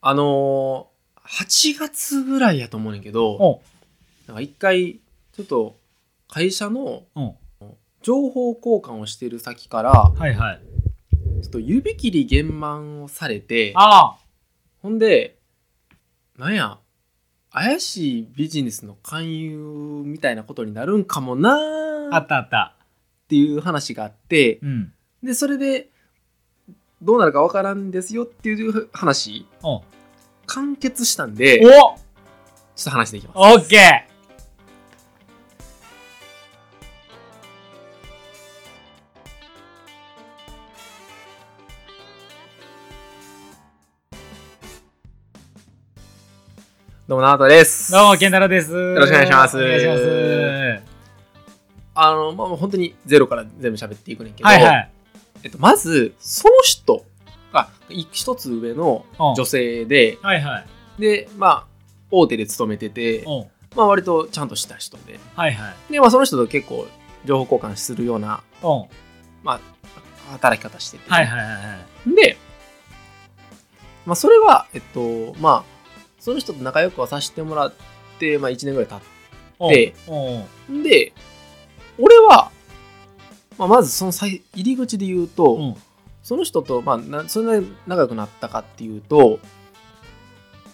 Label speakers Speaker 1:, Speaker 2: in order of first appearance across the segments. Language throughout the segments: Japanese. Speaker 1: あのー、8月ぐらいやと思うねんけど、
Speaker 2: お
Speaker 1: なんか一回、ちょっと、会社の
Speaker 2: うん
Speaker 1: 情報交換をしてる先から、
Speaker 2: はいはい。
Speaker 1: ちょっと指切り減満をされて、
Speaker 2: あ
Speaker 1: ほんで、なんや、怪しいビジネスの勧誘みたいなことになるんかもな
Speaker 2: あ、
Speaker 1: ー
Speaker 2: あ
Speaker 1: っ
Speaker 2: ったあった。
Speaker 1: ていう話があって、
Speaker 2: うん。
Speaker 1: で、それで、どうなるかわからんですよっていう話、
Speaker 2: おお
Speaker 1: 完結したんで、ちょっと話していきます。
Speaker 2: オッケー
Speaker 1: どうも、ナオトです。
Speaker 2: どうも、ケンタロウです。よ
Speaker 1: ろしくお願いします
Speaker 2: お願いします。
Speaker 1: あの、まあ、もう本当にゼロから全部喋っていくねんけど、
Speaker 2: はいはい。
Speaker 1: えっと、まず、その人がい一つ上の
Speaker 2: お
Speaker 1: 女性で、
Speaker 2: はいはい。
Speaker 1: で、まあ、大手で勤めてて、
Speaker 2: お
Speaker 1: まあ、割とちゃんとした人で、
Speaker 2: はいはい。
Speaker 1: で、まあ、その人と結構情報交換するような
Speaker 2: お
Speaker 1: 働き方してて、
Speaker 2: はいはいはいはい。
Speaker 1: で、まあ、それは、えっと、まあ、その人と仲良くはさせてもらって、まあ、1年ぐらい経っ
Speaker 2: お
Speaker 1: で
Speaker 2: おう
Speaker 1: て、んで、俺は、まあ、まずその最入り口で言うと、
Speaker 2: うん。
Speaker 1: その人と、まあ、なそんなに長くなったかっていうと、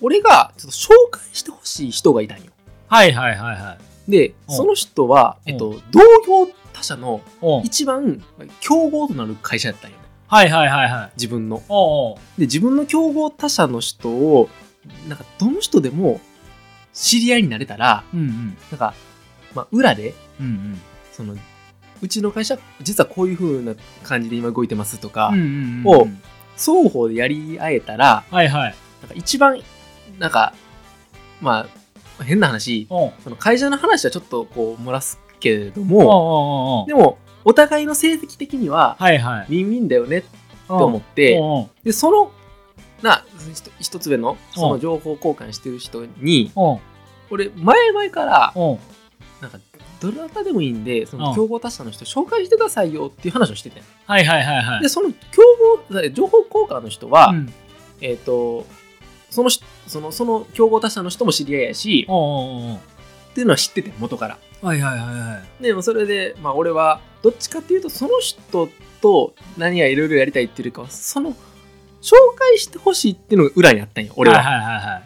Speaker 1: 俺がちょっと紹介してほしい人がいたんよ。
Speaker 2: はいはいはいはい。
Speaker 1: で、
Speaker 2: うん
Speaker 1: その人は、
Speaker 2: うん
Speaker 1: えっと、同業他社の
Speaker 2: おう
Speaker 1: 一番競合となる会社やったんよね。
Speaker 2: はいはいはいはい。
Speaker 1: 自分の。
Speaker 2: おうおう
Speaker 1: で、自分の競合他社の人を、なんか、どの人でも知り合いになれたら、
Speaker 2: うんうん。
Speaker 1: なんか、まあ、裏で、
Speaker 2: うん
Speaker 1: その、うちの会社、実はこういう風な感じで今動いてますとか、
Speaker 2: うん。うんうんうん。
Speaker 1: おう双方でやり合えたら、
Speaker 2: はいはい。
Speaker 1: なんか一番、なんか、まあ、変な話、
Speaker 2: おう
Speaker 1: その会社の話はちょっとこう漏らすけれど
Speaker 2: おうお
Speaker 1: も、
Speaker 2: うおうおう
Speaker 1: でも、お互いの成績的には、
Speaker 2: はいはい。
Speaker 1: ウィンウィンだよねって
Speaker 2: おう
Speaker 1: 思って、
Speaker 2: おう
Speaker 1: で、その、な、ひと一つ上の、その情報交換してる人に、
Speaker 2: おう
Speaker 1: 俺、前々から、
Speaker 2: おう
Speaker 1: なんか、どなたでもいいんで、そうの
Speaker 2: ん
Speaker 1: 競合他社の人紹介してくださいよっていう話をしてて。
Speaker 2: はいはいはいはい。
Speaker 1: で、その競合、情報交換の人は、
Speaker 2: うん
Speaker 1: えっと、そのし、その、その競合他社の人も知り合いやし、
Speaker 2: おうおうおう
Speaker 1: っていうのは知ってて元から
Speaker 2: はいはいはいはい。
Speaker 1: でもそれでまあ俺はどっちかっていうとその人と何やいろいろやりたいっていうよりかはその紹介してほしいっていうのが裏にあったんよ俺は、
Speaker 2: はいはいはいは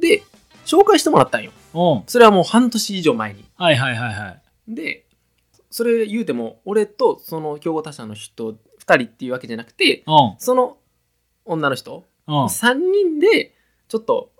Speaker 2: い。
Speaker 1: で紹介してもらったんよ
Speaker 2: おう
Speaker 1: それはもう半年以上前に
Speaker 2: はいはいはいはい。
Speaker 1: でそれ言うても俺とその競合他社の人2人っていうわけじゃなくて
Speaker 2: おう
Speaker 1: その女の人
Speaker 2: おう
Speaker 1: 3人でちょっと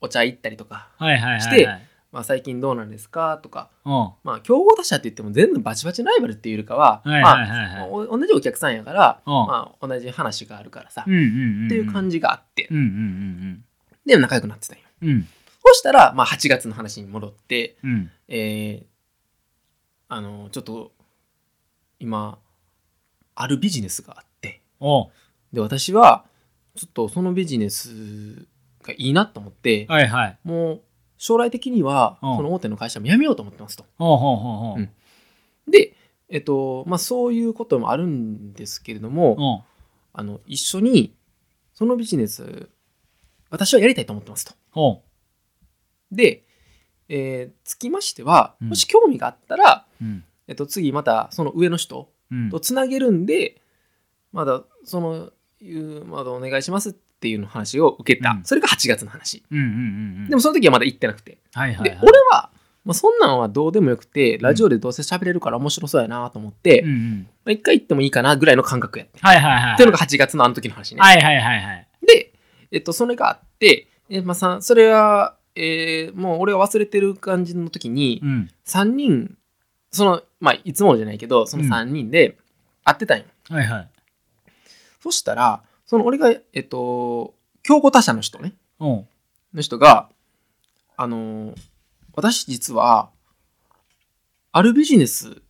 Speaker 1: お茶行ったりとか、
Speaker 2: はいはいはいはい。
Speaker 1: してまあ、最近どうなんですかとか
Speaker 2: おう
Speaker 1: まあ、競合他社って言っても全部バチバチライバルっていうよりかは、
Speaker 2: はいはいはいはい
Speaker 1: まあ、お同じお客さんやから、
Speaker 2: おう
Speaker 1: まあ、同じ話があるからさ、
Speaker 2: うんうんうん。
Speaker 1: っていう感じがあって、
Speaker 2: うんうん
Speaker 1: で、仲良くなってたんよ。
Speaker 2: うんうん。うん
Speaker 1: そしたら、まあ、8月の話に戻って、
Speaker 2: うん。
Speaker 1: えー、あの、ちょっと、今、あるビジネスがあって、
Speaker 2: おう
Speaker 1: で、私は、ちょっとそのビジネスがいいなと思って、
Speaker 2: はいはい。
Speaker 1: もう、将来的には、
Speaker 2: うん
Speaker 1: その大手の会社も辞めようと思ってますと。
Speaker 2: おうおうおうおう
Speaker 1: うんで、えっとまあ、そういうこともあるんですけれども、
Speaker 2: おう
Speaker 1: あの一緒にそのビジネス私はやりたいと思ってますと。
Speaker 2: おう
Speaker 1: で、えーつきましては
Speaker 2: うん
Speaker 1: もし興味があったら、
Speaker 2: うん
Speaker 1: えっと、次またその上の人
Speaker 2: うん
Speaker 1: とつなげるんで、まだそのいうまだお願いしますっていうの話を受けた、
Speaker 2: うん
Speaker 1: それが8月の話
Speaker 2: うんうんうん。
Speaker 1: でもその時はまだ行ってなくて、
Speaker 2: はいはいはい。
Speaker 1: で俺は、まあ、そんなんはどうでもよくてラジオでどうせ喋れるから面白そうやなと思って、
Speaker 2: うんうん。
Speaker 1: まあ、一回行ってもいいかなぐらいの感覚やって。
Speaker 2: はいはいはい。
Speaker 1: っていうのが8月のあの時の話ね。
Speaker 2: はいはいはいはい。
Speaker 1: で、えっと、それがあって、えまあ、さそれは、えーもう俺は忘れてる感じの時に、
Speaker 2: うん。
Speaker 1: 3人、その、まあ、いつものじゃないけど、その3人で会ってたんよ。
Speaker 2: はいはい。
Speaker 1: そしたら、その俺が、えっと、競合他社の人ね、
Speaker 2: おう
Speaker 1: の人が、あのー私実は、あるビジネス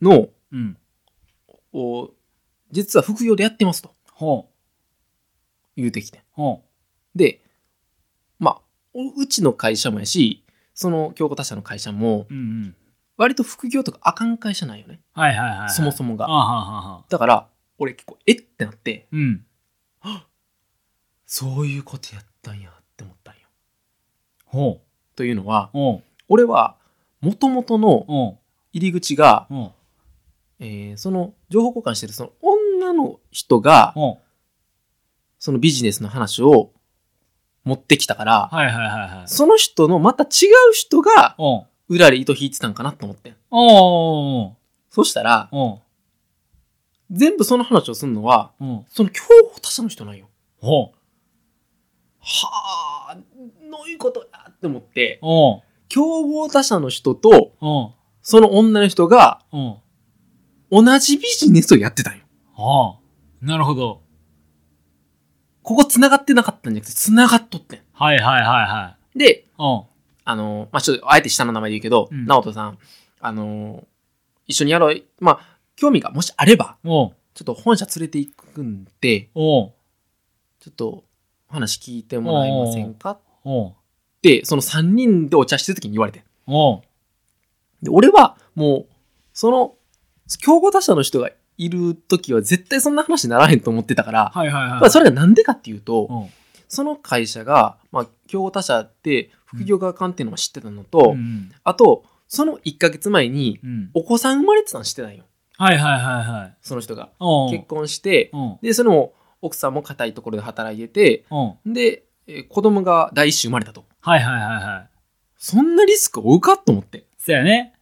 Speaker 1: の、
Speaker 2: うん。
Speaker 1: を実は副業でやってますと
Speaker 2: ほ
Speaker 1: 言うてきて。
Speaker 2: う。ほ
Speaker 1: で、まあ、おうちの会社もやし、その競合他社の会社も、
Speaker 2: う。うんうん。
Speaker 1: 割と副業とかあかん会社なんよね。
Speaker 2: はいはいはいはい。
Speaker 1: そもそも
Speaker 2: あ
Speaker 1: が。
Speaker 2: ははは。
Speaker 1: だから、俺結構、えってなって、
Speaker 2: うん。
Speaker 1: そういうことやったんやって思ったんよ。
Speaker 2: ほ
Speaker 1: というのは
Speaker 2: う。おう。
Speaker 1: 俺はもともとの
Speaker 2: おう。
Speaker 1: 入り口が、
Speaker 2: おう。
Speaker 1: えーその情報交換してるその女の人が
Speaker 2: おう。
Speaker 1: そのビジネスの話を持ってきたから、
Speaker 2: はいはいはいはい。
Speaker 1: その人のまた違う人が
Speaker 2: おう。
Speaker 1: 裏で糸引いてたんかなと思ってん
Speaker 2: おう。
Speaker 1: そしたら
Speaker 2: おう。
Speaker 1: 全部その話をするのは
Speaker 2: おう。
Speaker 1: その競合他社の人なんよ。
Speaker 2: おう。
Speaker 1: はあどういうことやって思って
Speaker 2: おう。
Speaker 1: 競合他社の人と
Speaker 2: おう。
Speaker 1: その女の人が
Speaker 2: おう。
Speaker 1: 同じビジネスをやってたんよ。
Speaker 2: ああ。なるほど。
Speaker 1: ここ繋がってなかったんじゃなくて繋がっとってん。
Speaker 2: はいはいはいはい。
Speaker 1: で、
Speaker 2: おう。
Speaker 1: あのまあ、ちょっと、あえて下の名前で言うけど、
Speaker 2: うん
Speaker 1: 直人さん、あの一緒にやろう。まあ、興味がもしあれば、
Speaker 2: おう。
Speaker 1: ちょっと本社連れて行くんで、
Speaker 2: おう。
Speaker 1: ちょっと、お話聞いてもらえませんかっ
Speaker 2: おう。
Speaker 1: て、その3人でお茶してる時に言われてん。
Speaker 2: おう。
Speaker 1: で、俺は、もう、その、競合他社の人がいる時は絶対そんな話にならへんと思ってたから、
Speaker 2: はいはいはい。
Speaker 1: まあそれがなんでかっていうと、
Speaker 2: おう。
Speaker 1: その会社が、まあ、競合他社って副業があかんっていうのも知ってたのと、
Speaker 2: うん。
Speaker 1: あと、その1ヶ月前に、
Speaker 2: うん。
Speaker 1: お子さん生まれてたの知ってないよ。
Speaker 2: はいはいはいはい。
Speaker 1: その人が。
Speaker 2: おう。
Speaker 1: 結婚して、
Speaker 2: おう。
Speaker 1: で、その奥さんも固いところで働いてて、
Speaker 2: おう。
Speaker 1: で、えー子供が第一子生まれたと。
Speaker 2: はいはいはいはい。
Speaker 1: そんなリスクを負うかと思って。
Speaker 2: そやね。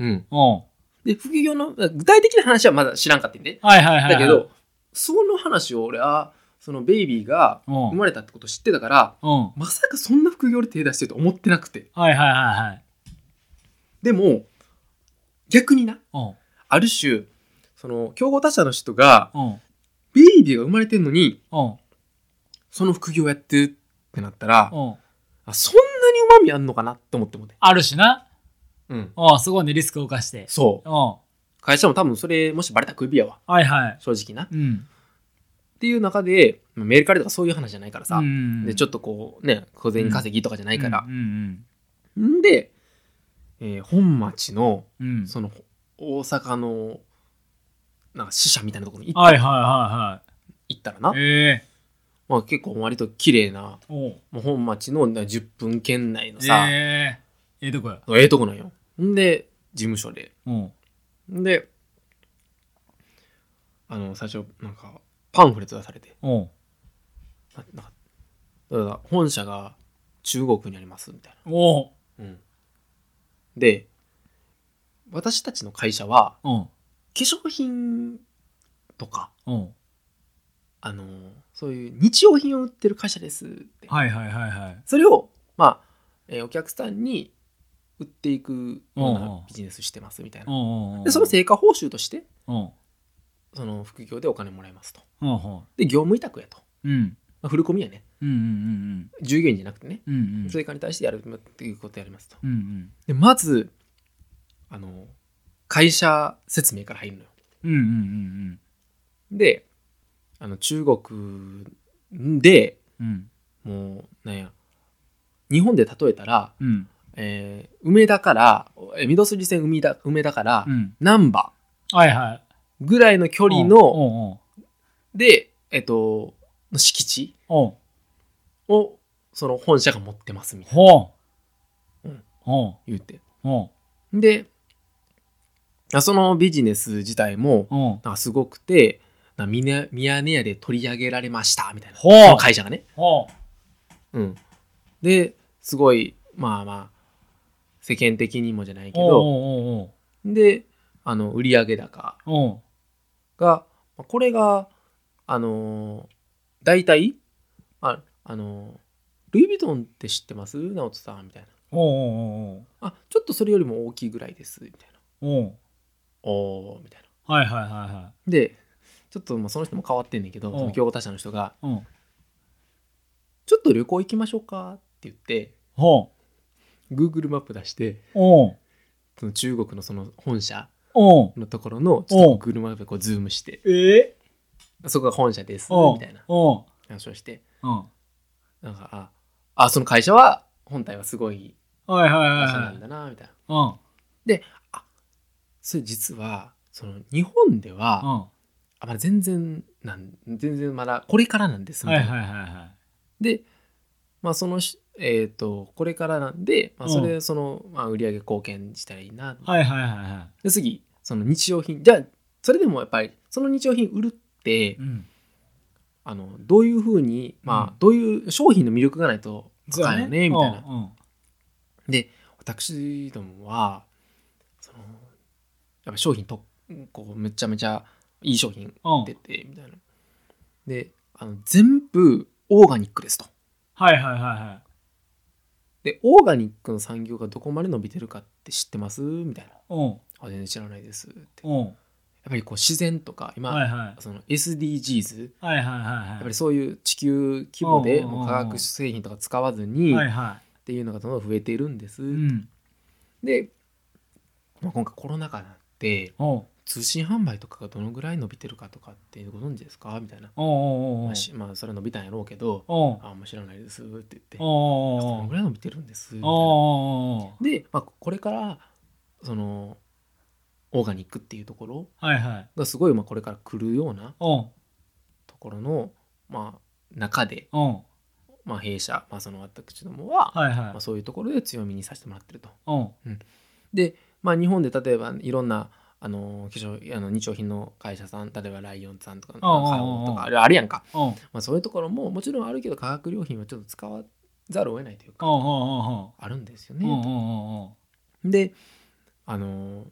Speaker 1: うん。
Speaker 2: おう。
Speaker 1: で、副業の、具体的な話はまだ知らんかったんで。
Speaker 2: はいはいはいはい。
Speaker 1: だけど、その話を俺は、そのベイビーが
Speaker 2: おう、
Speaker 1: 生まれたってこと知ってたから、
Speaker 2: おう。
Speaker 1: まさかそんな副業で手出してると思ってなくて。
Speaker 2: はいはいはいはい。
Speaker 1: でも、逆にな、
Speaker 2: おう。
Speaker 1: ある種、その、競合他社の人が、
Speaker 2: おう。
Speaker 1: ベイビーが生まれてんのに、
Speaker 2: おう。
Speaker 1: その副業やってるってなったら、
Speaker 2: おう。
Speaker 1: あそんなにうまみあんのかなって思ってもね。
Speaker 2: あるしな。
Speaker 1: うん。
Speaker 2: おう。そこにリスクを犯して。
Speaker 1: そ
Speaker 2: おう。
Speaker 1: う。会社も多分それ、もしバレたらクビやわ。
Speaker 2: はいはい。
Speaker 1: 正直な。っ
Speaker 2: うん。
Speaker 1: ていう中で、メールカレとかそういう話じゃないからさ。
Speaker 2: うん
Speaker 1: で、ちょ
Speaker 2: っ
Speaker 1: っとこう、ね、小銭稼ぎとかじゃな
Speaker 2: ない
Speaker 1: から
Speaker 2: う。ん
Speaker 1: んで、えー本町の、
Speaker 2: うんうん。うん
Speaker 1: その、大阪の、なんか支社みたいなところに行っ
Speaker 2: はいはいは
Speaker 1: 行ったらない
Speaker 2: はい。、ええ。
Speaker 1: まあ、結構割と綺麗な、
Speaker 2: おう。
Speaker 1: もう本町のな10分圏内のさ、え
Speaker 2: ええ。ええとこや。
Speaker 1: えとこなんよ。んで、事務所で。
Speaker 2: おう。
Speaker 1: であの最初なんかパンフレット出されて
Speaker 2: おう。
Speaker 1: ななんかだから本社が中国にありますみたい
Speaker 2: おう。
Speaker 1: な、うん、で私たちの会社は
Speaker 2: おう。
Speaker 1: 化粧品とか
Speaker 2: おう。
Speaker 1: あのそういう日用品を売ってる会社ですって、
Speaker 2: はいはいはいはい。
Speaker 1: それをまあ、えーお客さんに売っていくよう
Speaker 2: うんう
Speaker 1: なんビジネスしてますみたいな
Speaker 2: おう。
Speaker 1: でその
Speaker 2: い。
Speaker 1: 成果報酬として
Speaker 2: おう。
Speaker 1: その副業でお金もらえますと
Speaker 2: おうおう。
Speaker 1: で業務委託やと、
Speaker 2: うん。
Speaker 1: まあ、振り込みやね
Speaker 2: うんうん
Speaker 1: 従業員じゃなくてね、
Speaker 2: うんうん。うんうん。
Speaker 1: 追加に対してやるっていうことをやりますと。
Speaker 2: うんうん。
Speaker 1: で、まず、あの、会社説明から入るのよ。
Speaker 2: うんうんうん
Speaker 1: で、あの、中国で、
Speaker 2: うん。うん。
Speaker 1: もう、なんや、日本で例えたら、
Speaker 2: うん。
Speaker 1: えー梅田から、え御堂筋線梅田梅田から
Speaker 2: う、ん。
Speaker 1: 難波
Speaker 2: はいはい。
Speaker 1: ぐらいの距離
Speaker 2: お
Speaker 1: の、
Speaker 2: うおう。
Speaker 1: で、えっと、の敷地
Speaker 2: おう。
Speaker 1: を、その本社が持ってます、みたいな
Speaker 2: ほう。
Speaker 1: うん
Speaker 2: ほう。
Speaker 1: 言って。
Speaker 2: ほ
Speaker 1: で、あそのビジネス自体も、
Speaker 2: う。ほ
Speaker 1: なんかすごくて、なんかミネミヤネ屋で取り上げられましたみたいな。
Speaker 2: ほう
Speaker 1: その会社がね。
Speaker 2: ほ
Speaker 1: うん。で、すごい、まあまあ、世間的にもじゃないけ
Speaker 2: う。お
Speaker 1: ど、
Speaker 2: うおう
Speaker 1: で、あの、売上高
Speaker 2: おうおう。
Speaker 1: が、まあこれが、あのー大体、あ、あのールイ・ヴィトンって知ってます直人さんみたいな。
Speaker 2: おうおう
Speaker 1: あ、ちょっとそれよりも大きいぐらいです、みたいな。
Speaker 2: おうおう。
Speaker 1: おー、みたいな。
Speaker 2: はいはいはいは
Speaker 1: で、ちょっともうその人も変わってんねんけど、
Speaker 2: うん
Speaker 1: その競合他社の人が、
Speaker 2: い。うん。
Speaker 1: ちょっと旅行行きましょうかって言って、
Speaker 2: ほう。
Speaker 1: Google マップ出して、
Speaker 2: おう。
Speaker 1: その中国のその本社
Speaker 2: おう。
Speaker 1: のところの、ちょっと Google マップでこうズームして、
Speaker 2: ええ
Speaker 1: そこが本社です、
Speaker 2: おう。
Speaker 1: みたいな
Speaker 2: おう。
Speaker 1: 話をして、
Speaker 2: うん。
Speaker 1: なんか、あ、あその会社は、本体はすごい
Speaker 2: はいはい
Speaker 1: 会
Speaker 2: はい
Speaker 1: 社な
Speaker 2: は
Speaker 1: ん
Speaker 2: い。
Speaker 1: だな、みたいな。
Speaker 2: うん。
Speaker 1: それ実は、その日本では、
Speaker 2: うん。
Speaker 1: あまだ全然、なん全然まだこれからなんですみ
Speaker 2: は
Speaker 1: た
Speaker 2: い
Speaker 1: いな
Speaker 2: はいはいはい
Speaker 1: で、まあ、そのし、えー、とこれからなんで、まあ、それ
Speaker 2: う
Speaker 1: でその、まあ、売り上げ貢献したらいいな
Speaker 2: はいはいはいは
Speaker 1: で次その日用品じゃあそれでもやっぱりその日用品売るって、
Speaker 2: いうん
Speaker 1: あのどういうふうに、まあ
Speaker 2: うん
Speaker 1: どういう商品の魅力がないとあかんよねみたいな。
Speaker 2: うんうん
Speaker 1: で私どもはそのやっぱ商品とこうめちゃめちゃいい商品
Speaker 2: うん
Speaker 1: 出てみたいな。であの全部オーガニックですと。
Speaker 2: はいはいはいは
Speaker 1: でオーガニックの産業がどこまで伸びてるかって知ってますみたいな。
Speaker 2: い
Speaker 1: あ全然知らないですって。
Speaker 2: うんうん
Speaker 1: やっぱりこう自然とか今、
Speaker 2: はいはい
Speaker 1: その SDGs
Speaker 2: はいはいはい
Speaker 1: やっぱりそういう地球規模で
Speaker 2: うんうんう
Speaker 1: も
Speaker 2: んうん
Speaker 1: う化学製品とか使わずに、
Speaker 2: はいは
Speaker 1: っていうのがどんどん増えているんです。
Speaker 2: いうん
Speaker 1: で、まあ、今回コロナ禍になって
Speaker 2: おう
Speaker 1: 通信販売とかがどのぐらい伸びてるかとかってご存知ですかみたいな、
Speaker 2: おうおうおうお
Speaker 1: ま
Speaker 2: う
Speaker 1: あしまあ、それは伸びたんやろうけど
Speaker 2: おう
Speaker 1: あんま知らないですって言ってこ
Speaker 2: おうおうお
Speaker 1: の
Speaker 2: う
Speaker 1: ぐらい伸びてるんですみたいな
Speaker 2: おうおうおう
Speaker 1: で、まあ、これからそのオーガニックっていうところ
Speaker 2: はいはい
Speaker 1: がすごい、まあ、これから来るような
Speaker 2: おう
Speaker 1: ところの、まあ、中で、
Speaker 2: おう
Speaker 1: まあ、弊社、まあ、その私どもは、
Speaker 2: はいはい
Speaker 1: まあ、そういうところで強みにさせてもらってると。
Speaker 2: おう
Speaker 1: で、まあ、日本で例えばいろんなあの化粧あの日用品の会社さん例えばライオンさんとか
Speaker 2: うんうんうんうん
Speaker 1: カオンとかあれあるやんか、
Speaker 2: おう
Speaker 1: まあ、そういうところももちろんあるけど化学料品はちょっと使わざるを得ないというか
Speaker 2: おうおうおう
Speaker 1: あるんですよ
Speaker 2: おうおう
Speaker 1: ね。
Speaker 2: おう
Speaker 1: であの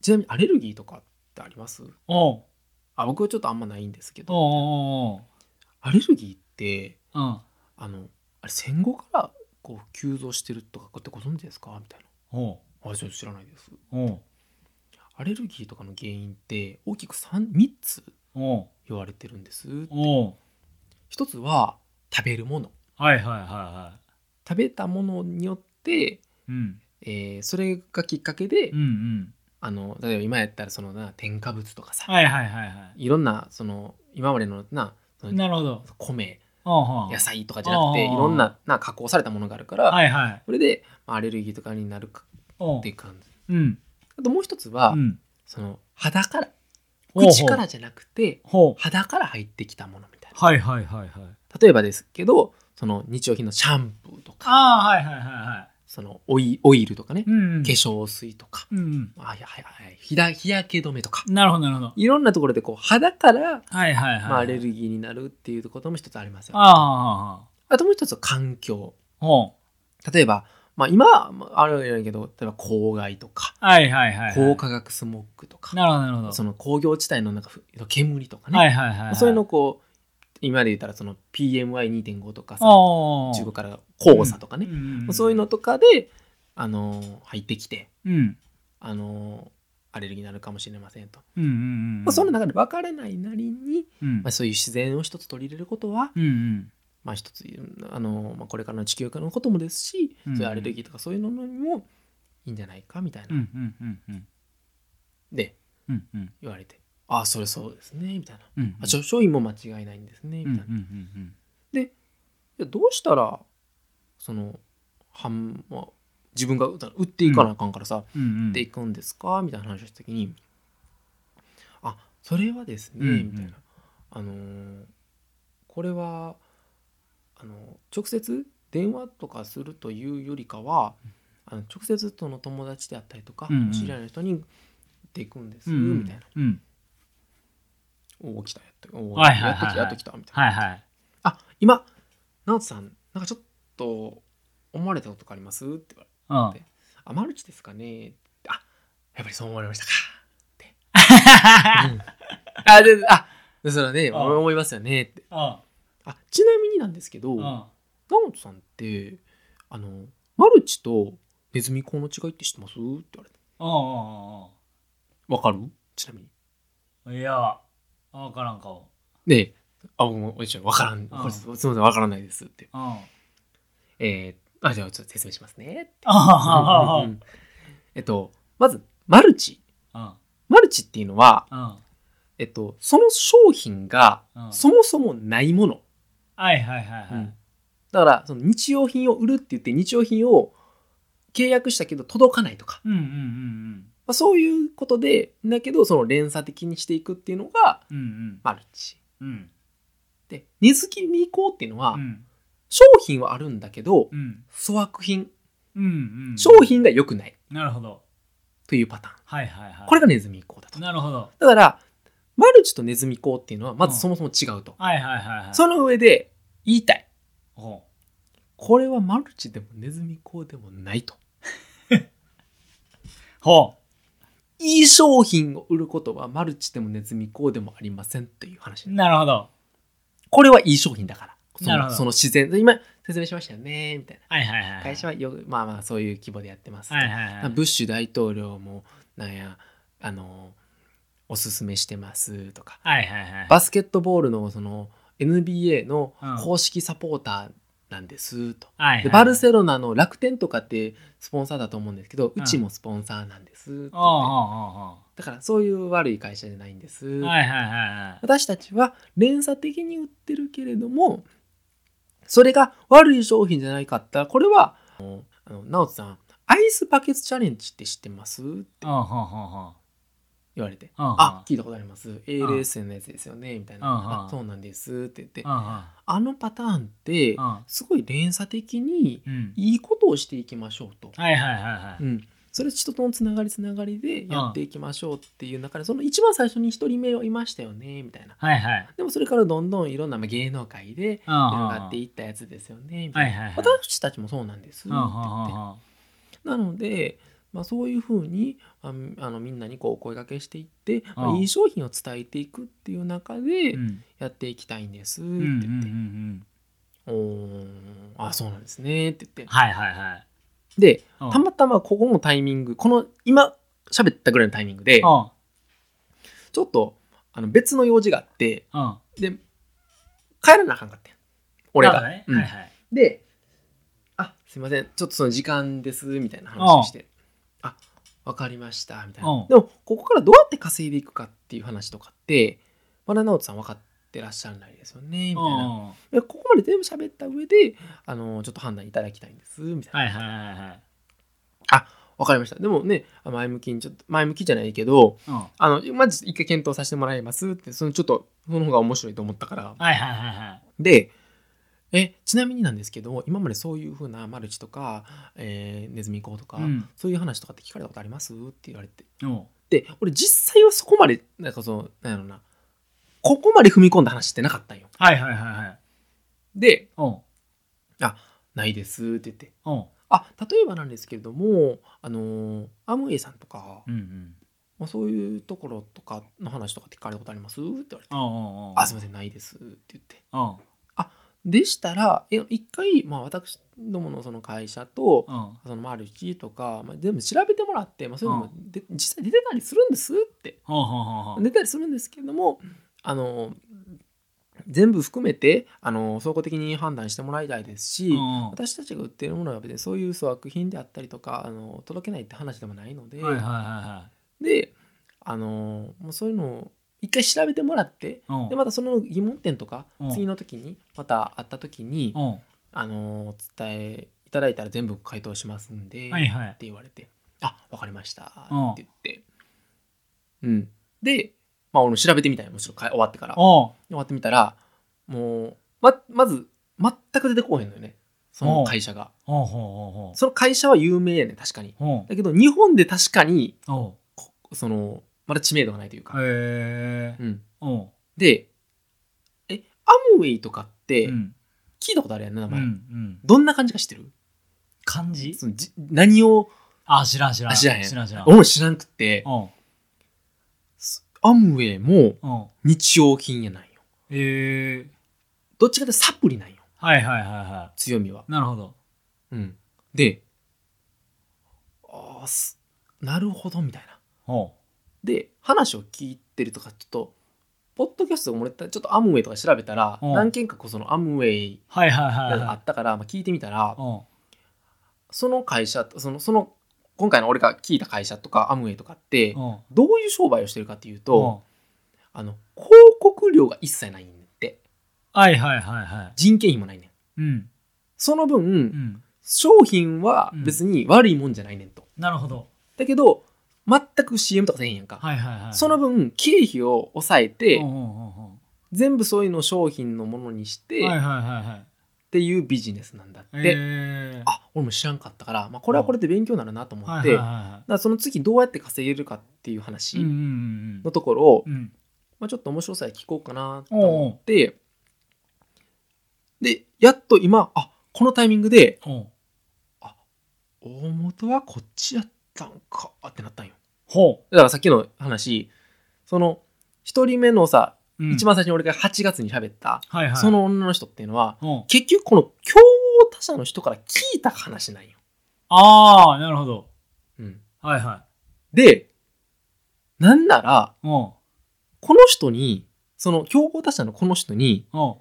Speaker 1: ちなみにアレルギーとかってあります
Speaker 2: おう
Speaker 1: あ僕はちょっとあんまないんですけ
Speaker 2: おうお
Speaker 1: ど
Speaker 2: うおうおう
Speaker 1: アレルギーって
Speaker 2: うん
Speaker 1: あのあれ戦後からこう急増してるとかってご存知ですかみたい
Speaker 2: おう
Speaker 1: なあちょっと知らないです
Speaker 2: おう
Speaker 1: アレルギーとかの原因って大きく 3, 3つ
Speaker 2: おう
Speaker 1: 言われてるんです
Speaker 2: おう
Speaker 1: 一つは食べるもの
Speaker 2: はいはいはいは
Speaker 1: 食べたものによって、
Speaker 2: いうん
Speaker 1: えーそれがきっかけで、
Speaker 2: うんうん
Speaker 1: あの例えば今やったらそのな添加物とかさ、
Speaker 2: はいはいはいはい
Speaker 1: いろんなその今までのなその
Speaker 2: なるほど
Speaker 1: 米
Speaker 2: おうおう
Speaker 1: 野菜とかじゃなくてい
Speaker 2: ああ
Speaker 1: ろんなな加工されたものがあるから、
Speaker 2: はいはい
Speaker 1: それでまあアレルギーとかになるか
Speaker 2: おう
Speaker 1: っていう感じ
Speaker 2: うん
Speaker 1: あともう一つは、
Speaker 2: うん
Speaker 1: その肌から
Speaker 2: おうおう
Speaker 1: 口からじゃなくて
Speaker 2: ほう
Speaker 1: 肌から入ってきたものみたいな
Speaker 2: はいはいはいはい
Speaker 1: 例えばですけどその日用品のシャンプーとか
Speaker 2: ああはいはいはいは
Speaker 1: そのオイオイルとかね、
Speaker 2: いうんうん
Speaker 1: 化粧水とか、
Speaker 2: うん
Speaker 1: あいやはいはいひだ日焼け止めとか
Speaker 2: うんなるほどなるほど
Speaker 1: いろんなところでこう肌から、
Speaker 2: はいはいはい
Speaker 1: まあ、アレルギーになるっていうことも一つありますよ。あ
Speaker 2: あ
Speaker 1: ともう一つは環境
Speaker 2: あほ
Speaker 1: 例えば、まあ、今はまああるんやけど例えば公害とか
Speaker 2: うはいはいはいはい
Speaker 1: 高化学スモッグとか、
Speaker 2: なるほどなるほど
Speaker 1: その工業地帯のなんかふ煙とかね、
Speaker 2: はいはいはいはい
Speaker 1: そういうのをこう今で言ったらその PMI2.5 とかさ
Speaker 2: おうおうおう
Speaker 1: 中国から黄砂とかね、
Speaker 2: うんん
Speaker 1: そういうのとかで、あのー入ってきて、
Speaker 2: うん
Speaker 1: あのーアレルギーになるかもしれませんと、
Speaker 2: うんうんう
Speaker 1: まあ、
Speaker 2: ん
Speaker 1: その中で分かれないなりに、
Speaker 2: うん
Speaker 1: まあ、そういう自然を一つ取り入れることは、
Speaker 2: うんうん
Speaker 1: まあ、一つ、あのーまあ、これからの地球化のこともですし、
Speaker 2: うん
Speaker 1: そういうアレルギーとかそういうのにもいいんじゃないかみたいな、
Speaker 2: うんうんうんうん
Speaker 1: で
Speaker 2: うんうん
Speaker 1: 言われて「ああそれそうですね」みたいな
Speaker 2: うん
Speaker 1: 「あ商商品も間違いないんですね」み
Speaker 2: う
Speaker 1: た
Speaker 2: ん
Speaker 1: い
Speaker 2: うん
Speaker 1: な、
Speaker 2: うんうん
Speaker 1: いやどうしたらその反、まあ、自分が売っていかなあかんからさ、
Speaker 2: うんうん
Speaker 1: っていくんですかみたいな話をした時に「あそれはですね」
Speaker 2: うんうん
Speaker 1: みたいな「あのーこれはあの直接電話とかするというよりかはあの直接との友達であったりとか、
Speaker 2: うんうん
Speaker 1: お知り合いの人に言っていくんです」
Speaker 2: うんうん
Speaker 1: みたいな
Speaker 2: うん
Speaker 1: 「おお来たやっておお
Speaker 2: は
Speaker 1: や
Speaker 2: いはい
Speaker 1: っ
Speaker 2: は
Speaker 1: と来
Speaker 2: いはい
Speaker 1: たやっと来た」みたいな「
Speaker 2: はいはい
Speaker 1: あ今直人さんなんかちょっと思われたことがあります?」って言われて
Speaker 2: うん
Speaker 1: であ、マルチですかね。あ、やっぱりそう思われましたか。って。うん あ、で、あ、でそれはね、
Speaker 2: うん
Speaker 1: 思いますよね。って。
Speaker 2: あ
Speaker 1: あ、ちなみになんですけど、直
Speaker 2: あ
Speaker 1: 人さんって、あの、マルチとネズミ講の違いって知ってますって言われて。
Speaker 2: ああ
Speaker 1: わかるちなみに。
Speaker 2: あいや分からん顔
Speaker 1: で、あ、僕も、おじちゃん、わからん。これすみません、わからないですって。
Speaker 2: うんあ
Speaker 1: えー、あ、じゃあ、ちょっと説明しますね。
Speaker 2: あ
Speaker 1: うんうんうんえっと、まず、マルチ。
Speaker 2: あ
Speaker 1: マルチっていうのは、
Speaker 2: あ
Speaker 1: えっと、その商品が
Speaker 2: うん
Speaker 1: そもそもないもの、
Speaker 2: はいはいはいは
Speaker 1: うん
Speaker 2: い
Speaker 1: だからその日用品を売るって言って日用品を契約したけど届かないとか、
Speaker 2: うんうんうんうん
Speaker 1: まあ、そういうことでだけどその連鎖的にしていくっていうのが
Speaker 2: うんうん
Speaker 1: マルチ
Speaker 2: うん
Speaker 1: で根付きに行こうっていうのは、
Speaker 2: うん
Speaker 1: 商品はあるんだけど
Speaker 2: うん
Speaker 1: 粗悪品
Speaker 2: うんうん
Speaker 1: 商品が良くない
Speaker 2: なるほど
Speaker 1: というパターン
Speaker 2: はいはいはい
Speaker 1: これがネズミ以降だと
Speaker 2: なるほど
Speaker 1: だからマルチとネズミ講っていうのはまずそもそも違うと、
Speaker 2: はいはいはいはい
Speaker 1: その上で言いたい
Speaker 2: ほ
Speaker 1: これはマルチでもネズミ講でもないと
Speaker 2: うほ
Speaker 1: いい商品を売ることはマルチでもネズミ講でもありませんという話
Speaker 2: うなるほど
Speaker 1: これはいい商品だからそ
Speaker 2: なるほ
Speaker 1: の
Speaker 2: ど
Speaker 1: その自然今説明しましたよねみたい
Speaker 2: はいはいは
Speaker 1: ない会社はよくまあまあそういう規模でやってます、
Speaker 2: はいはいはい
Speaker 1: ブッシュ大統領もなんやあのおすすめしてますとか
Speaker 2: はいはいはい
Speaker 1: バスケットボールのその NBA の
Speaker 2: うん
Speaker 1: 公式サポーターなんですと。
Speaker 2: はいはい
Speaker 1: でバルセロナの楽天とかってスポンサーだと思うんですけど、うちもスポンサーなんですって言って
Speaker 2: おうおうおうお
Speaker 1: だからそういう悪い会社じゃないんです、
Speaker 2: うはいはいはいはい
Speaker 1: 私たちは連鎖的に売ってるけれどもそれが悪い商品じゃないかったらこれはあのあの直人さんアイスバケツチャレンジって知ってますって
Speaker 2: おうほうほうほ
Speaker 1: 言われて
Speaker 2: うおう
Speaker 1: あ聞いたことあります ALS のやつですよねみたい
Speaker 2: うん
Speaker 1: な
Speaker 2: う
Speaker 1: あ
Speaker 2: ん
Speaker 1: そうなんですって言って
Speaker 2: うんうん
Speaker 1: あのパターンって
Speaker 2: うん
Speaker 1: すごい連鎖的に
Speaker 2: うん
Speaker 1: いいことをしていきましょうと、
Speaker 2: はいはいはいは
Speaker 1: う
Speaker 2: い
Speaker 1: ん、それ人とのつながりつながりでやっていきましょうっていう中でその一番最初に一人目はいましたよねみたいな
Speaker 2: はいはい
Speaker 1: でもそれからどんどんいろんなまあ芸能界で
Speaker 2: うんうんうん
Speaker 1: 広がっていったやつですよねみた
Speaker 2: はいい
Speaker 1: な
Speaker 2: はいはい
Speaker 1: 私たちもそうなんですって
Speaker 2: うんうん
Speaker 1: 言
Speaker 2: う
Speaker 1: って
Speaker 2: んうん
Speaker 1: なので、まあ、そういうふうにああのみんなにこうお声掛けしていって、まあ、いい商品を伝えていくっていう中で
Speaker 2: うん
Speaker 1: やっていきたいんですって
Speaker 2: うんう
Speaker 1: 言
Speaker 2: ん
Speaker 1: っ
Speaker 2: う
Speaker 1: て。
Speaker 2: んうん
Speaker 1: おーあそうなんですねって言って
Speaker 2: はいはいはい
Speaker 1: で
Speaker 2: うん
Speaker 1: たまたまここのタイミングこの今喋ったぐらいのタイミングで
Speaker 2: うん
Speaker 1: ちょっとあの別の用事があって
Speaker 2: うん
Speaker 1: で帰らなあかんかったん俺
Speaker 2: な
Speaker 1: が、
Speaker 2: るほど
Speaker 1: う
Speaker 2: ね
Speaker 1: ん
Speaker 2: はいはい
Speaker 1: で「あすいませんちょっとその時間です」みたいな話をして「あわかりました」みたいな
Speaker 2: うん
Speaker 1: でもここからどうやって稼いでいくかっていう話とかってまだ直人さん分かってらっしゃらないですよねみたい
Speaker 2: うん
Speaker 1: な
Speaker 2: うんうん
Speaker 1: でここまで全部喋った上であのちょっと判断いただきたいんですみたいな
Speaker 2: はいはいはいはい
Speaker 1: わかりました。でもね、あ前向きに、ちょっと、前向きじゃないけど、
Speaker 2: うん
Speaker 1: あの、まず一回検討させてもらいますって、そのちょっと、その方が面白いと思ったから。
Speaker 2: はいはいはいはい
Speaker 1: で、え、ちなみになんですけど、今までそういう風なマルチとか、えーネズミ講とか、
Speaker 2: うん
Speaker 1: そういう話とかって聞かれたことありますって言われて。
Speaker 2: うん
Speaker 1: で、俺実際はそこまで、なんかその、なんやろな、ここまで踏み込んだ話ってなかったんよ。
Speaker 2: はいはいはいはい
Speaker 1: で、
Speaker 2: うん
Speaker 1: ないですって言って。
Speaker 2: うん
Speaker 1: あ、例えばなんですけれども、あのーアムウェイさんとか、
Speaker 2: うんうん
Speaker 1: まあ、そういうところとかの話とかって聞かれたことありますって言われて
Speaker 2: うんうんう
Speaker 1: 「
Speaker 2: ん
Speaker 1: あすいませんないです」って言って
Speaker 2: うん
Speaker 1: でしたらえ一回、まあ、私どものその会社と
Speaker 2: うん
Speaker 1: そのマルチとか、まあ、全部調べてもらって、まあ、そういうのもで実際出てたりするんですって
Speaker 2: ほうほうほうほう
Speaker 1: 出たりするんですけれどもあの全部含めてあの総合的に判断してもらいたいですし、
Speaker 2: うんうん
Speaker 1: 私たちが売っているものは別にそういう粗悪品であったりとかあの届けないって話でもないので。
Speaker 2: はいはいは
Speaker 1: であのーもうそういうのを一回調べてもらって
Speaker 2: いはい
Speaker 1: でまたその疑問点とか
Speaker 2: うん
Speaker 1: 次の時にまた会った時に
Speaker 2: うんうん
Speaker 1: あのーお伝えいただいたら全部回答しますんで、
Speaker 2: はい
Speaker 1: っ
Speaker 2: はい
Speaker 1: て言われて「あわかりました」
Speaker 2: うん
Speaker 1: って言ってうんでまあ俺も調べてみたいもちろんか終わってから
Speaker 2: おう
Speaker 1: 終わってみたらもうままず全く出てこうへんのよねその会社が
Speaker 2: ほうほうほうほ
Speaker 1: その会社は有名やね確かに
Speaker 2: うほう
Speaker 1: だけど日本で確かに
Speaker 2: お
Speaker 1: こそのまだ知名度がないというか、
Speaker 2: うへえ
Speaker 1: うん、
Speaker 2: おう
Speaker 1: でえアムウェイとかって
Speaker 2: うん
Speaker 1: 聞いたことあるやんな名
Speaker 2: うんう
Speaker 1: 前、
Speaker 2: ん
Speaker 1: どんな感じか知ってる
Speaker 2: 漢字
Speaker 1: そのじ何を
Speaker 2: あ知らん知らん
Speaker 1: あ知らへん
Speaker 2: 知らん知らん
Speaker 1: 俺も知らんくて
Speaker 2: おう
Speaker 1: すアムウェイも
Speaker 2: おう
Speaker 1: 日用品やないよ
Speaker 2: へえ
Speaker 1: どっちかってサプリなんよ
Speaker 2: はいはいはいは。
Speaker 1: 強みはい
Speaker 2: なるほど。
Speaker 1: うん、でああすなるほどみたいな
Speaker 2: ほ
Speaker 1: で話を聞いてるとかちょっとポッドキャストが漏れてたらちょっとアムウェイとか調べたら
Speaker 2: うん
Speaker 1: 何件かこうそのアムウェイ
Speaker 2: う。はいはいはい
Speaker 1: があ
Speaker 2: は
Speaker 1: ったから、まあ、聞いてみたら
Speaker 2: い。ほ
Speaker 1: その会社そのその今回の俺が聞いた会社とかアムウェイとかって
Speaker 2: う。ほう。
Speaker 1: どういう商売をしてるかっていうと
Speaker 2: ほ
Speaker 1: あの広告料が一切ないんで
Speaker 2: う。はいはいはいは
Speaker 1: 人件費もないねん
Speaker 2: い。うん。
Speaker 1: その分、
Speaker 2: うん。
Speaker 1: 商品は別に悪いもんじゃないねんと
Speaker 2: なるほど。
Speaker 1: だけど全く CM とかせえへんやんか、
Speaker 2: はいはいはい
Speaker 1: その分経費を抑えて、
Speaker 2: うんうんうんうん
Speaker 1: 全部そういうのを商品のものにして、
Speaker 2: は
Speaker 1: っ
Speaker 2: いはいはいはい
Speaker 1: ていうビジネスなんだって、
Speaker 2: えー
Speaker 1: あ俺も知らんかったから、まあ、これはこれで勉強になるなと思って、
Speaker 2: はいはい
Speaker 1: だか
Speaker 2: は
Speaker 1: らその次どうやって稼げるかっていう話
Speaker 2: いはいうんうん
Speaker 1: のところを、
Speaker 2: うんうん
Speaker 1: まあ、ちょっと面白さで聞こうかなと思ってでやっと今あこのタイミングで
Speaker 2: おう
Speaker 1: 大元はこっちやったんかってなったんよ
Speaker 2: ほ
Speaker 1: だからさっきの話その1人目のさ、
Speaker 2: ううん
Speaker 1: 一番最初に俺が8月に喋った、
Speaker 2: はいはい
Speaker 1: その女の人っていうのは
Speaker 2: おう
Speaker 1: 結局この競合他社の人から聞いた話なんよ、
Speaker 2: ああなるほど
Speaker 1: うん
Speaker 2: はいは
Speaker 1: でなんなら
Speaker 2: いおう
Speaker 1: この人にその競合他社のこの人に
Speaker 2: おう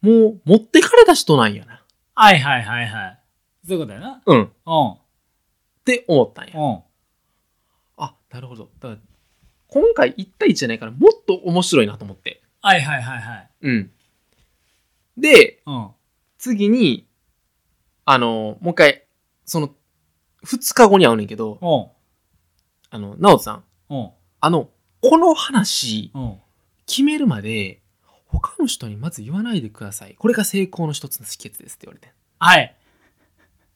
Speaker 1: もう持ってかれた人なんやな
Speaker 2: はいはいはいはいそういうことやな
Speaker 1: うん
Speaker 2: おう
Speaker 1: って思ったんや。
Speaker 2: おう
Speaker 1: あ、なるほど。だから、今回1対1じゃないから、もっと面白いなと思って。
Speaker 2: はいはいはいはい
Speaker 1: うん。で、
Speaker 2: おう
Speaker 1: 次に、あの、もう一回、その、2日後に会うねんけど、
Speaker 2: おう
Speaker 1: あの、直人さん、
Speaker 2: おう
Speaker 1: あの、この話、
Speaker 2: おう
Speaker 1: 決めるまで、他の人にまず言わないでください。これが成功の一つの秘訣ですって言われて。
Speaker 2: はい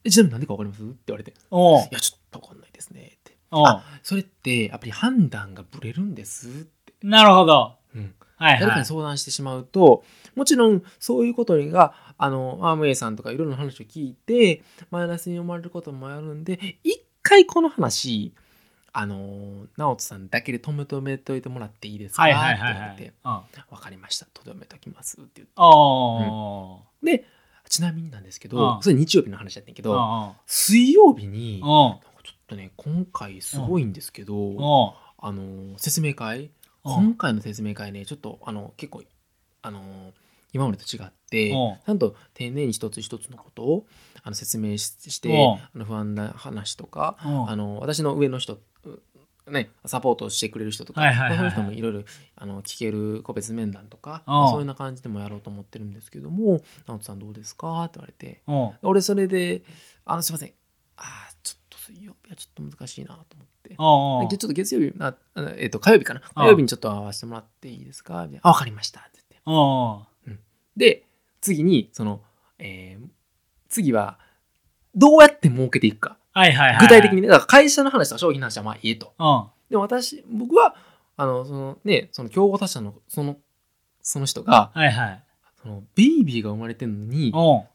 Speaker 1: えちなみに何でかわかりますって言われて。い
Speaker 2: おう
Speaker 1: や、ちょっとわかんないですね。って。
Speaker 2: おう
Speaker 1: それって、やっぱり判断がブレるんですって。
Speaker 2: なるほど
Speaker 1: うん。
Speaker 2: はい
Speaker 1: 誰か
Speaker 2: は
Speaker 1: に
Speaker 2: い
Speaker 1: 相談してしまうともちろんそういうことがあのアームウェイさんとかいろいろな話を聞いてマイナスに思われることもあるんで一回この話あの直人さんだけで止めとめといてもらっていいですか?」っ
Speaker 2: は
Speaker 1: て
Speaker 2: い
Speaker 1: 言わ
Speaker 2: はい
Speaker 1: れて「
Speaker 2: はいはいうん
Speaker 1: 分かりましたとどめときます」って言って
Speaker 2: おう
Speaker 1: ちなみになんですけ
Speaker 2: う
Speaker 1: ど
Speaker 2: ん
Speaker 1: それ日曜日の話やったんやけ
Speaker 2: おう
Speaker 1: ど水曜日になんか
Speaker 2: おう
Speaker 1: ちょっとね今回すごいんですけど
Speaker 2: おう
Speaker 1: あの説明会
Speaker 2: おう
Speaker 1: 今回の説明会ねちょっとあの結構あのー今までと違って
Speaker 2: おう
Speaker 1: ちゃんと丁寧に一つ一つのことをあの説明しして
Speaker 2: おう
Speaker 1: あの不安な話とか
Speaker 2: おう
Speaker 1: あの私の上の人うね、サポートしてくれる人とか、
Speaker 2: はいはいはいはい
Speaker 1: そういう人もいろいろあの聞ける個別面談とか
Speaker 2: おう
Speaker 1: そういうような感じでもやろうと思ってるんですけども「直人さんどうですか?」って言われて
Speaker 2: おう
Speaker 1: 俺それで「あのすいませんあーちょっと水曜日はちょっと難しいな」と思って
Speaker 2: おうおう
Speaker 1: でちょっと月曜日な、あのえっと火曜日かな。
Speaker 2: ああ
Speaker 1: 火曜日にちょっと会わせてもらっていいですかみたいな。あ、わかりました。って言って。
Speaker 2: おう
Speaker 1: で、次に、その、えー次は、どうやって儲けていくか。
Speaker 2: はいはいはい
Speaker 1: 具体的にね、だから会社の話とか商品の話はまあいいと。
Speaker 2: うん
Speaker 1: でも私、僕は、あの、そのね、その競合他社の、その、その人が、
Speaker 2: はいはい
Speaker 1: そのベイビーが生まれてるのに、
Speaker 2: おう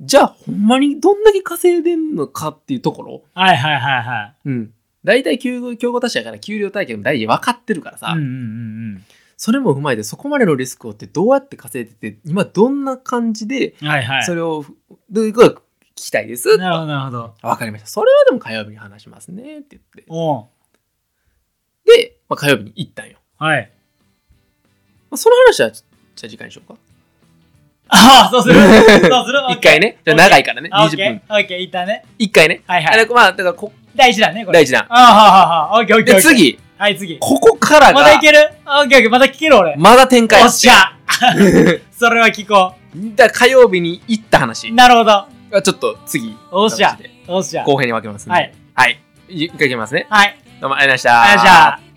Speaker 1: じゃあほんまにどんだけ稼いでんのかっていうところ。
Speaker 2: はいはいはいはい
Speaker 1: うん。大体競合競合他社やから給料体系も大体分かってるからさ。
Speaker 2: うんうんうん
Speaker 1: それも踏まえてそこまでのリスクを負ってどうやって稼いでて今どんな感じで
Speaker 2: うんはいはい
Speaker 1: それをどういうことが聞きたいです
Speaker 2: なるほどなるほど
Speaker 1: わかりましたそれはでも火曜日に話しますねって言っ
Speaker 2: おう
Speaker 1: てで、まあ、火曜日に行ったんよ、
Speaker 2: はい
Speaker 1: まあ、その話はじゃあ次回にしようか
Speaker 2: ああそう するそうする
Speaker 1: 一回ねじゃあ長
Speaker 2: い
Speaker 1: いからね
Speaker 2: オ
Speaker 1: 20
Speaker 2: ッケー
Speaker 1: 分
Speaker 2: オッケーいったね
Speaker 1: 一回ね
Speaker 2: はい
Speaker 1: あ
Speaker 2: は
Speaker 1: れ
Speaker 2: い
Speaker 1: まあだからこ
Speaker 2: 第一弾ねこれ
Speaker 1: 大事な
Speaker 2: ああはあはあはあオッケーオッケーオ
Speaker 1: で
Speaker 2: ッケー
Speaker 1: 次
Speaker 2: はい次
Speaker 1: ここからが
Speaker 2: まだいけるオッケーオッケーまだ聞ける俺
Speaker 1: まだ展開
Speaker 2: おっ しゃそれは聞こ
Speaker 1: だから火曜日に行った話
Speaker 2: うなるほど
Speaker 1: はちょっと次
Speaker 2: おっしゃ
Speaker 1: 形で
Speaker 2: おっしゃ
Speaker 1: 後編に分けますんで
Speaker 2: はい
Speaker 1: はい一回いきますね
Speaker 2: はい
Speaker 1: どうもありがとうござい
Speaker 2: あ
Speaker 1: ま
Speaker 2: りがとうございま
Speaker 1: し
Speaker 2: したた